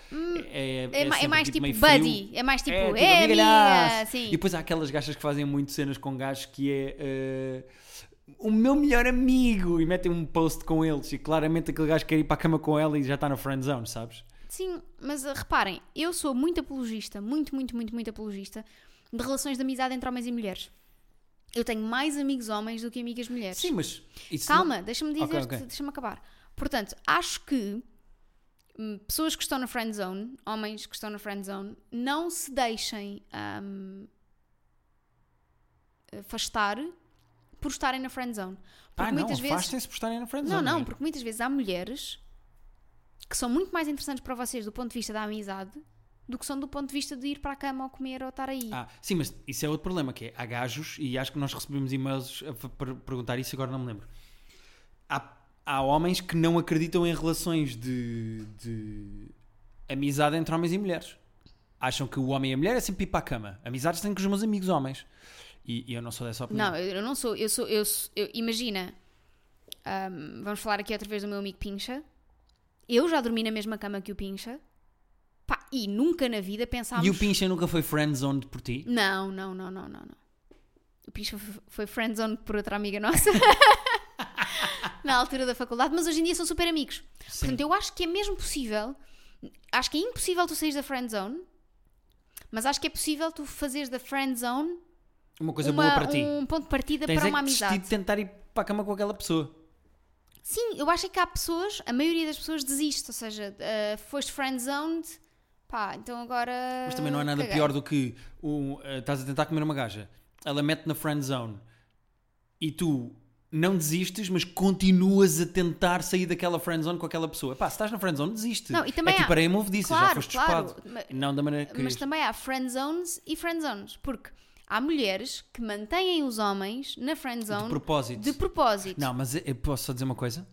B: é,
A: É, ma- é
B: sempre
A: mais tipo,
B: meio frio.
A: buddy, é mais tipo,
B: É, tipo,
A: é,
B: "Amigalhaço".
A: minha,
B: E
A: sim.
B: depois há aquelas gajas que fazem muito cenas com gajos que é. eh, o meu melhor amigo e metem um post com eles e claramente aquele gajo quer ir para a cama com ela e já está na friend zone, sabes?
A: Sim, mas uh, reparem, eu sou muito apologista, muito, muito, muito, muito apologista de relações de amizade entre homens e mulheres. Eu tenho mais amigos homens do que amigas mulheres.
B: Sim, mas isso
A: Calma, deixa-me
B: Ok,
A: dizer,
B: ok.
A: deixa-me acabar. Portanto, acho que hum, pessoas que estão na friend zone, homens que estão na friend zone, não se deixem hum, afastar por estarem na friend zone. Porque
B: ah, não,
A: muitas vezes
B: afastem-se por estarem na friend
A: não,
B: zone. é?
A: não,
B: mesmo.
A: porque muitas vezes há mulheres que são muito mais interessantes para vocês do ponto de vista da amizade do que são do ponto de vista de ir para a cama ou comer ou estar aí.
B: Ah, sim, mas isso é outro problema, que é há gajos, e acho que nós recebemos e-mails a f- per- perguntar isso, agora não me lembro. Há, há homens que não acreditam em relações de, de amizade entre homens e mulheres. Acham que o homem e a mulher é sempre ir para a cama. Amizades têm com os meus amigos homens. E, e eu não sou dessa opinião.
A: não, eu eu não sou, eu sou, eu, sou- eu- imagina, ahm, vamos falar aqui outra vez do meu amigo Pincha. Eu já dormi na mesma cama que o Pincha. Pá, e nunca na vida pensámos.
B: e o Pincha nunca foi friendzoned por ti?
A: Não, não, não, não, não, não. O Pincha f- foi friendzone por outra amiga nossa. Na altura da faculdade, mas hoje em dia são super amigos.
B: Sim.
A: Portanto, eu acho que é mesmo possível. Acho que é impossível tu saís da friend zone, mas acho que é possível tu fazeres da friend zone
B: Uma coisa
A: uma-
B: boa para ti.
A: um ponto de partida
B: Tens
A: para
B: é
A: uma
B: que desistir
A: amizade.
B: de tentar ir para a cama com aquela pessoa.
A: Sim, eu acho é que há pessoas, a maioria das pessoas desiste, ou seja, eh, foste friend zoned, pá, então agora.
B: Mas também não há nada
A: Ah, caguei.
B: pior do que o, eh, estás a tentar comer uma gaja, ela mete na friend zone e tu não desistes, mas continuas a tentar sair daquela friend zone com aquela pessoa. Pá, se estás na friend zone, desiste.
A: Não, e também
B: é tipo
A: há-
B: a aim of disso, já
A: Claro,
B: foste
A: claro,
B: chupado.
A: mas-
B: Não da maneira que é
A: Mas
B: querias.
A: também há friend zones e friend zones, porque há mulheres que mantêm os homens na friend zone
B: de propósito.
A: um de propósito.
B: Não, mas eu posso só dizer uma coisa?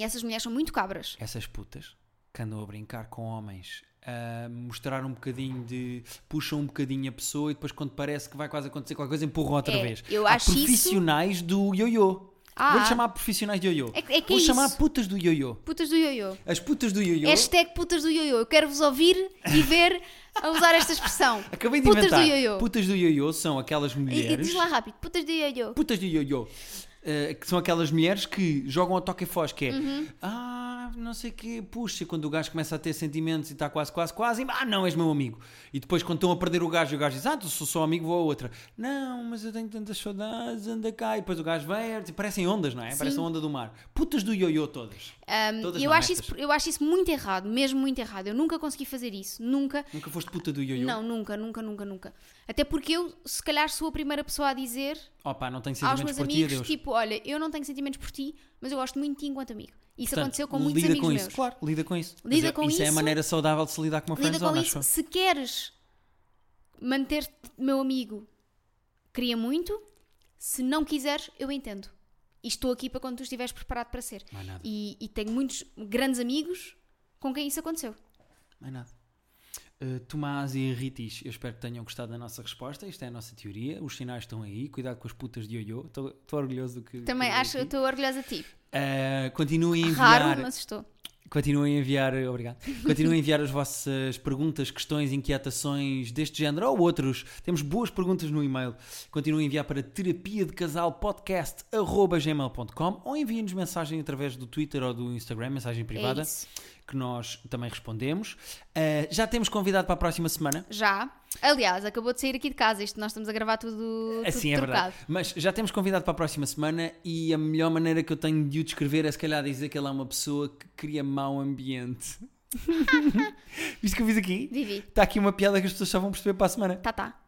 A: E essas mulheres são muito cabras.
B: Essas putas que andam a brincar com homens, a mostrar um bocadinho de. puxam um bocadinho a pessoa e depois, quando parece que vai quase acontecer qualquer coisa, empurram outra
A: É,
B: vez.
A: eu
B: Há
A: acho isso-
B: profissionais do ioiô.
A: Ah.
B: Vou-lhe chamar profissionais de ioiô.
A: É que- é que é
B: Vou chamar
A: isso.
B: putas do ioiô.
A: Putas do ioiô.
B: As putas do ioiô.
A: Hashtag putas do ioiô. Eu quero vos ouvir e ver a usar esta expressão.
B: Acabei de
A: putas
B: inventar.
A: do ioiô.
B: Putas do ioiô são aquelas
A: E, e
B: mulheres.
A: diz lá rápido. Putas do ioiô.
B: Putas do ioiô. eh, que são aquelas mulheres que jogam ao toque e foz, que é
A: Uhum.
B: ah, não sei o quê, puxa, quando o gajo começa a ter sentimentos e está quase, quase, quase, e, ah, não, és meu amigo. E depois, quando estão a perder o gajo, e o gajo diz, ah, tu sou só amigo, vou a outra, não, mas eu tenho tantas saudades, anda cá, e depois o gajo vem, e parecem ondas, não é? Parecem onda do mar. Putas do ioiô todas.
A: Ahm,
B: Todas
A: e eu,
B: não,
A: acho
B: estas.
A: isso, eu acho isso muito errado, mesmo muito errado. Eu nunca consegui fazer isso. Nunca.
B: Nunca foste puta do ioiô?
A: Não, nunca, nunca, nunca, nunca. Até porque eu, se calhar, sou a primeira pessoa a dizer
B: Opa, não tenho
A: aos
B: sentimentos
A: meus
B: por ti,
A: amigos,
B: adeus.
A: tipo, olha, eu não tenho sentimentos por ti, mas eu gosto muito de ti enquanto amigo. Isso
B: Portanto,
A: aconteceu com muitos
B: lida
A: amigos
B: com
A: meus.
B: isso, claro, lida com isso. Mas
A: Lida
B: eu-
A: com
B: isso é a
A: isso.
B: maneira saudável de se lidar com uma
A: Lida com
B: friendzone, acho
A: isso.
B: eu.
A: Se queres manter-te meu amigo, queria muito. Se não quiseres, eu entendo. E estou aqui para quando tu estiveres preparado para ser.
B: Mais nada.
A: E, e tenho muitos grandes amigos com quem isso aconteceu.
B: Mais nada. Uh, Tomás e Ritis, eu espero que tenham gostado da nossa resposta. Isto é a nossa teoria. Os sinais estão aí. Cuidado com as putas de ioiô. Estou estou orgulhoso do que.
A: Também
B: do que
A: acho, eu
B: vi aqui.
A: estou orgulhosa de ti.
B: Uh, continuem a enviar.
A: Raro, mas estou. É
B: Continuem a enviar, obrigado. Continuem a enviar as vossas perguntas, questões, inquietações deste género ou outros. Temos boas perguntas no e-mail. Continuem a enviar para terapia de casal podcast@gmail.com ou enviem-nos mensagem através do Twitter ou do Instagram, mensagem privada,
A: É isso.
B: que nós também respondemos. Ah, já temos convidado para a próxima semana.
A: Já. Aliás, acabou de sair aqui de casa. Isto nós estamos a gravar tudo, tudo
B: Assim é
A: trocado.
B: verdade. Mas já temos convidado para a próxima semana e a melhor maneira que eu tenho de o descrever é se calhar dizer que ele é uma pessoa que cria mau ambiente. Viste o que eu fiz aqui?
A: Vivi.
B: Está aqui uma piada que as pessoas só vão perceber para a semana.
A: Tá, tá.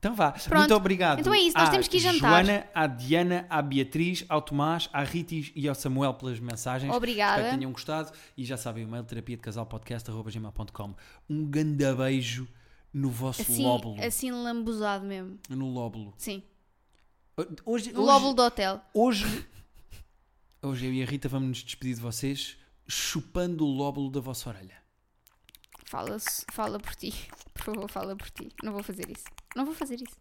B: Então vá.
A: Pronto.
B: Muito obrigado.
A: Então é isso, nós
B: à
A: temos que ir jantar.
B: Joana, à Diana, à Beatriz, ao Tomás, à Ritis e ao Samuel pelas mensagens.
A: Obrigada.
B: Espero que tenham gostado e já sabem o mail terapia de casal Um grande beijo no vosso
A: Assim,
B: Um lóbulo.
A: assim lambuzado mesmo.
B: No lóbulo.
A: Sim.
B: Hoje, hoje,
A: O lóbulo do hotel.
B: Hoje, hoje eu e a Rita vamos nos despedir de vocês chupando o lóbulo da vossa orelha.
A: Fala, fala por ti. Por favor, fala por ti. Não vou fazer isso. Não vou fazer isso.